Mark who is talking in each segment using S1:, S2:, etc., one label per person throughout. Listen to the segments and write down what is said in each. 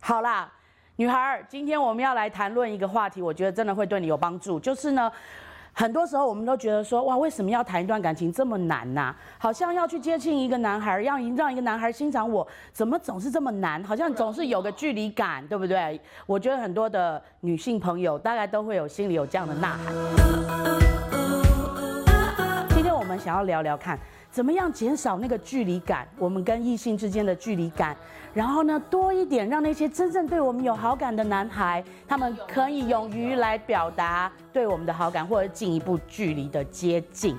S1: 好啦，女孩儿，今天我们要来谈论一个话题，我觉得真的会对你有帮助，就是呢。很多时候，我们都觉得说，哇，为什么要谈一段感情这么难呐、好像要去接近一个男孩，要让一个男孩欣赏我，怎么总是这么难？好像总是有个距离感，对不对？我觉得很多的女性朋友大概都会有心里有这样的呐喊。今天我们想要聊聊看，怎么样减少那个距离感，我们跟异性之间的距离感，然后呢，多一点让那些真正对我们有好感的男孩，他们可以勇于来表达对我们的好感，或者进一步距离的接近，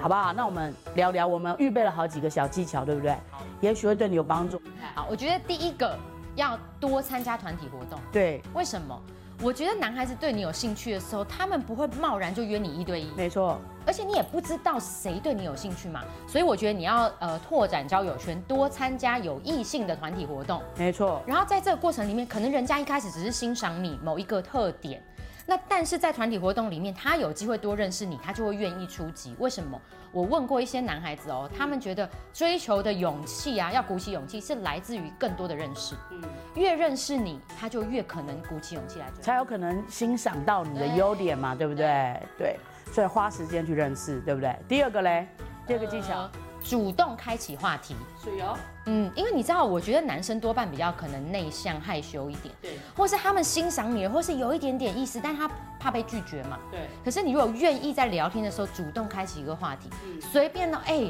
S1: 好不好？那我们聊聊，我们预备了好几个小技巧，对不对？也许会对你有帮助。
S2: 好，我觉得第一个要多参加团体活动。
S1: 对，
S2: 为什么？我觉得男孩子对你有兴趣的时候，他们不会贸然就约你一对一，
S1: 没错，
S2: 而且你也不知道谁对你有兴趣嘛。所以我觉得你要呃拓展交友圈，多参加有异性的团体活动。
S1: 没错，
S2: 然后在这个过程里面，可能人家一开始只是欣赏你某一个特点，那但是在团体活动里面，他有机会多认识你，他就会愿意出击。为什么？我问过一些男孩子哦，他们觉得追求的勇气啊，要鼓起勇气，是来自于更多的认识。嗯，越认识你，他就越可能鼓起勇气来追。
S1: 才有可能欣赏到你的优点嘛，对不对？对，所以花时间去认识，对不对？第二个嘞，第二个技巧
S2: 呃，主动开启话题。
S1: 水油。
S2: 嗯，因为你知道，我觉得男生多半比较可能内向害羞一点，
S1: 对
S2: 或是他们欣赏你，或是有一点点意思，但他怕被拒绝嘛。
S1: 对，
S2: 可是你如果愿意在聊天的时候主动开启一个话题，
S1: 嗯
S2: 随便呢，哎、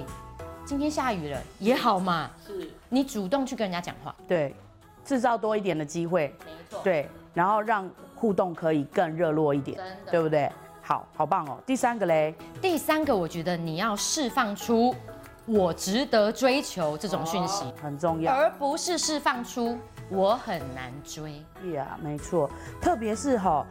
S2: 今天下雨了也好嘛，
S1: 是，
S2: 你主动去跟人家讲话，
S1: 对，制造多一点的机会，
S2: 没错，
S1: 对，然后让互动可以更热络一点，
S2: 真的
S1: 对不对？好好棒哦！第三个嘞，
S2: 第三个，我觉得你要释放出我值得追求这种讯息，
S1: 很重要。
S2: 而不是释放出我很难追。
S1: 呀没错，特别是哈、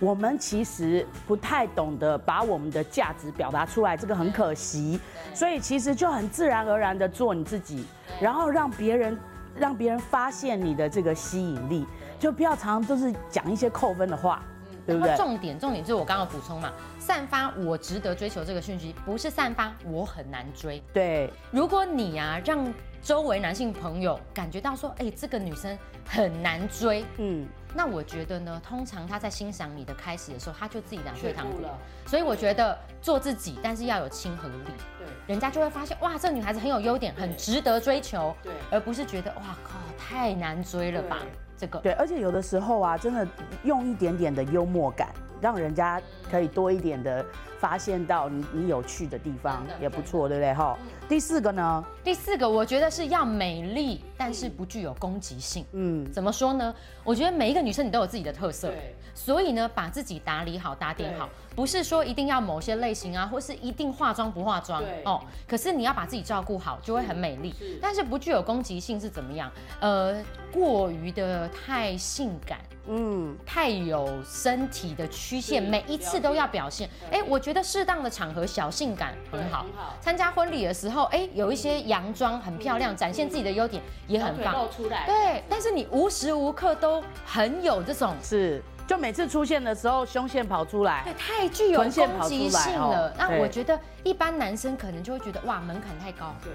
S1: 我们其实不太懂得把我们的价值表达出来，这个很可惜。
S2: 嗯
S1: 所以其实就很自然而然的做你自己，然后让别人让别人发现你的这个吸引力，就不要常常都是讲一些扣分的话，对不对
S2: 然后？重点重点就是我刚刚有补充嘛，散发我值得追求这个讯息，不是散发我很难追。
S1: 对，
S2: 如果你啊让周围男性朋友感觉到说，哎、这个女生很难追，
S1: 嗯，
S2: 那我觉得呢，通常他在欣赏你的开始的时候，他就自己拿退堂鼓
S1: 却步了。
S2: 所以我觉得做自己，但是要有亲和力，
S1: 对
S2: 人家就会发现，哇，这女孩子很有优点，很值得追求，
S1: 对
S2: 而不是觉得，哇靠，太难追了吧
S1: 对，
S2: 这个。
S1: 对，而且有的时候啊，真的用一点点的幽默感，让人家可以多一点的发现到你你有趣的地方
S2: 真，的嗯
S1: 也不错，对不对哈？第四个呢，
S2: 第四个，我觉得是要美丽，但是不具有攻击性。
S1: 嗯，
S2: 怎么说呢？我觉得每一个女生你都有自己的特色
S1: 对，
S2: 所以呢，把自己打理好、打点好，不是说一定要某些类型啊，或是一定化妆不化妆
S1: 对
S2: 哦。可是你要把自己照顾好，就会很美丽
S1: 是。
S2: 但是哦不具有攻击性是怎么样？呃，过于的太性感。
S1: 嗯，
S2: 太有身体的曲线，
S1: 是
S2: 每一次都要表现。哎、我觉得适当的场合小性感很
S1: 对
S2: 好
S1: 很好。
S2: 参加婚礼的时候，哎、有一些洋装很漂亮，展现自己的优点也很棒。
S1: 出来
S2: 对，但是你无时无刻都很有这种，
S1: 是，就每次出现的时候，胸线跑出来
S2: 对，，太具有
S1: 臀线
S2: 攻
S1: 跑出来
S2: 击性
S1: 哦
S2: 了。那
S1: 对
S2: 我觉得一般男生可能就会觉得哇，门槛太高。
S1: 对，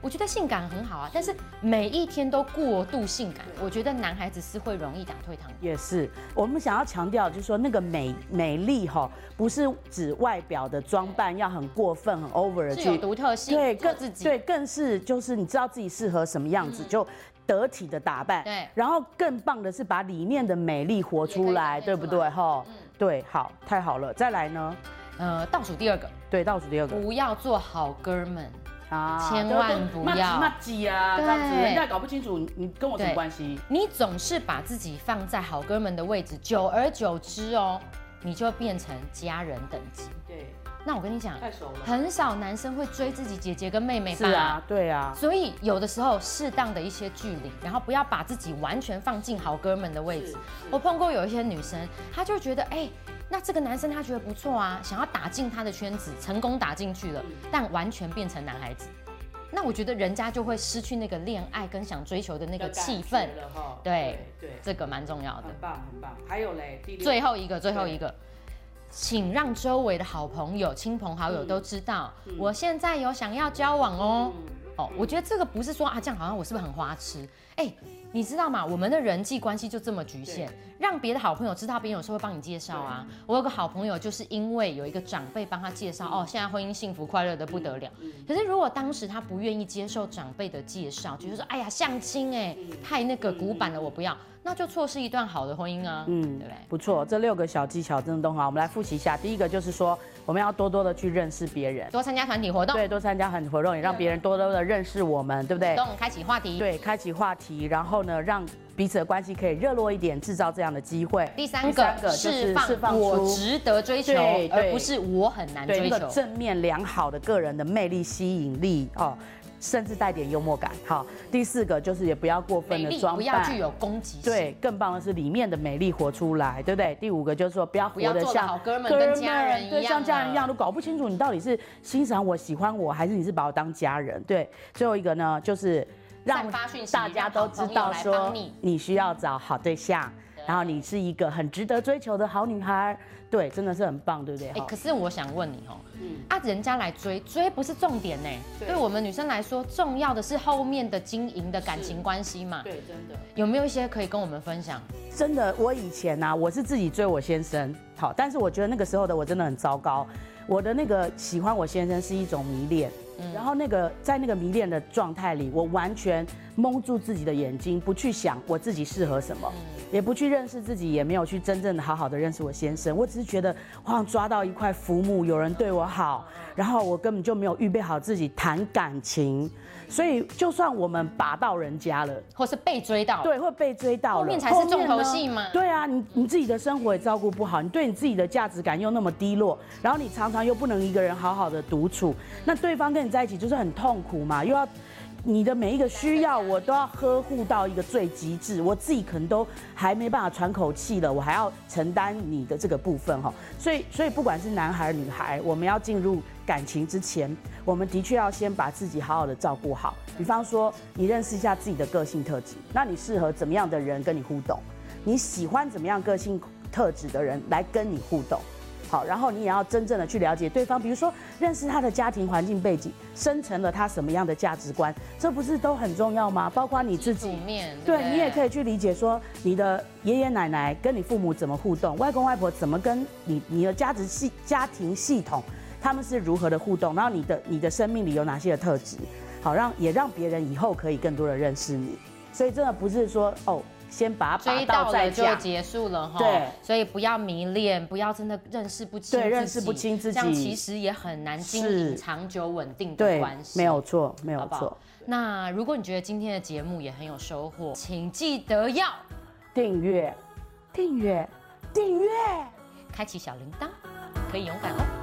S2: 我觉得性感很好啊，但是每一天都过度性感，我觉得男孩子是会容易打退堂鼓。
S1: 也是。我们想要强调，就是说那个美美丽哈，不是指外表的装扮要很过分、很 over 的
S2: 是有
S1: 去
S2: 独特性，
S1: 对，
S2: 做
S1: 更
S2: 自己，嗯
S1: 对，更是就是你知道自己适合什么样子，就得体的打扮。
S2: 对
S1: 然后更棒的是把里面的美丽活出来，
S2: 也可以展现
S1: 对不对？哈，对，好，太好了。再来呢？
S2: 呃，倒数第二个，
S1: 对，倒数第二个
S2: 不要做好哥们。
S1: 啊
S2: 哦千万不要
S1: 骂鸡啊，这样子
S2: 对
S1: 人家搞不清楚你你跟我什么
S2: 对
S1: 关系。
S2: 你总是把自己放在好哥们的位置，久而久之哦，你就变成家人等级。
S1: 对，
S2: 那我跟你讲，
S1: 熟。
S2: 很少男生会追自己姐姐跟妹妹吧？
S1: 是啊，对啊，
S2: 所以有的时候适当的一些距离，然后不要把自己完全放进好哥们的位
S1: 是
S2: 置
S1: 是。
S2: 我碰过有一些女生，她就觉得，哎、那这个男生他觉得不错啊，想要打进他的圈子，成功打进去
S1: 嗯
S2: 了，但完全变成男孩子。那我觉得人家就会失去那个恋爱跟想追求的那个气氛，对
S1: 对对，
S2: 这个蛮重要的。
S1: 棒很棒。还有嘞，第
S2: 最后一个，最后一个，请让周围的好朋友、亲朋好友都知道，我现在有想要交往哦。哦，我觉得这个不是说啊，这样好像我是不是很花痴？哎、你知道吗？我们的人际关系就这么局限，让别的好朋友知道，别人有时候会帮你介绍啊。我有个好朋友，就是因为有一个长辈帮他介绍，哦，现在婚姻幸福快乐的不得了。可是如果当时他不愿意接受长辈的介绍，就是说，哎呀，相亲哎、太那个古板了，我不要，那就错失一段好的婚姻啊，嗯，
S1: 嗯
S2: 对不对？
S1: 不错，这六个小技巧真的都很好。我们来复习一下，第一个就是说，我们要多多的去认识别人，
S2: 多参加团体活动，
S1: 对，多参加很多活动，也让别人多多的认识我们，对不对
S2: 主？动开启话题。
S1: 对，开启话题，然后呢，让彼此的关系可以热络一点，制造这样的机会。
S2: 第三个
S1: 就是
S2: 释
S1: 释
S2: 放
S1: 放
S2: 我
S1: 出
S2: 值得追求
S1: 对，
S2: 而
S1: 对
S2: 不是我很难
S1: 对
S2: 追
S1: 那个
S2: 求。
S1: 正面良好的个人的魅力、吸引力哦，甚至带点幽默感。好，第四个就是也不要过分
S2: 美
S1: 的
S2: 丽
S1: 装
S2: 不要具
S1: 扮。
S2: 有攻击性。
S1: 对，更棒的是里面的美丽活出来，对不对？第五个就是说，不要活
S2: 不要
S1: 得
S2: 做得
S1: 像
S2: 好哥们跟家人一样
S1: 对，像家人一
S2: 啊
S1: 样都搞不清楚你到底是欣赏我、喜欢我，还是你是把我当家人。对，最后一个呢，就是让
S2: 散发讯息
S1: 大家都知道
S2: 让好朋友来
S1: 说
S2: 帮你
S1: 你需要找好对象，然后你是一个很值得追求的好女孩。对，真的是很棒，对不对？
S2: 哎、
S1: 好嗯
S2: 可是我想问你哦、啊，人家来追追不是重点呢、对我们女生来说，重要的是后面的经营的感情关系嘛。对，真的。有没有一些可以跟我们分享？
S1: 真的，我以前呐、我是自己追我先生，好，但是我觉得那个时候的我真的很糟糕。我的那个喜欢我先生是一种迷恋，
S2: 嗯
S1: 然后那个在那个迷恋的状态里，我完全蒙住自己的眼睛，不去想我自己适合什么，
S2: 嗯
S1: 也不去认识自己，也没有去真正的好好的认识我先生。我只是觉得我好像抓到一块浮木，有人对我好，然后我根本就没有预备好自己谈感情，所以就算我们把到人家了。
S2: 或是被追到？，
S1: 对，会被追到了，
S2: 哦后面才是重头戏
S1: 后面
S2: 嘛
S1: 呢对啊，你你自己的生活也照顾不好，你对你自己的价值感又那么低落，然后你常常又不能一个人好好的独处，那对方跟你在一起就是很痛苦嘛，又要。你的每一个需要，我都要呵护到一个最极致。我自己可能都还没办法喘口气了，我还要承担你的这个部分哈。所以，所以不管是男孩女孩，我们要进入感情之前，我们的确要先把自己好好的照顾好。比方说，你认识一下自己的个性特质，那你适合怎么样的人跟你互动？你喜欢怎么样个性特质的人来跟你互动？好，然后你也要真正的去了解对方，比如说认识他的家庭环境背景，生成了他什么样的价值观，这不是都很重要吗？包括你自
S2: 煮
S1: 己，
S2: 面。
S1: 对你也可
S2: 以。
S1: 以去理解说你的爷爷奶奶跟你父母怎么互动，外公外婆怎么跟你你的家值系家庭系统，他们是如何的互动，然后你的你的生命里有哪些的特质，好让也让别人以后可以更多的认识你，所以真的不是说哦先把它拔
S2: 追到
S1: 到再
S2: 了就
S1: 讲，
S2: 结束了哈，
S1: 对
S2: 所以不要迷恋，不要真的认识不清，
S1: 对认识不清自己
S2: 这样其实也很难经营
S1: 是
S2: 长久稳定的
S1: 对
S2: 关，系，
S1: 没有错，没有
S2: 好不
S1: 错
S2: 好。？那如果你觉得今天的节目也很有收获，请记得要
S1: 订阅，订阅，订阅。
S2: 开启小铃铛，可以勇敢哦。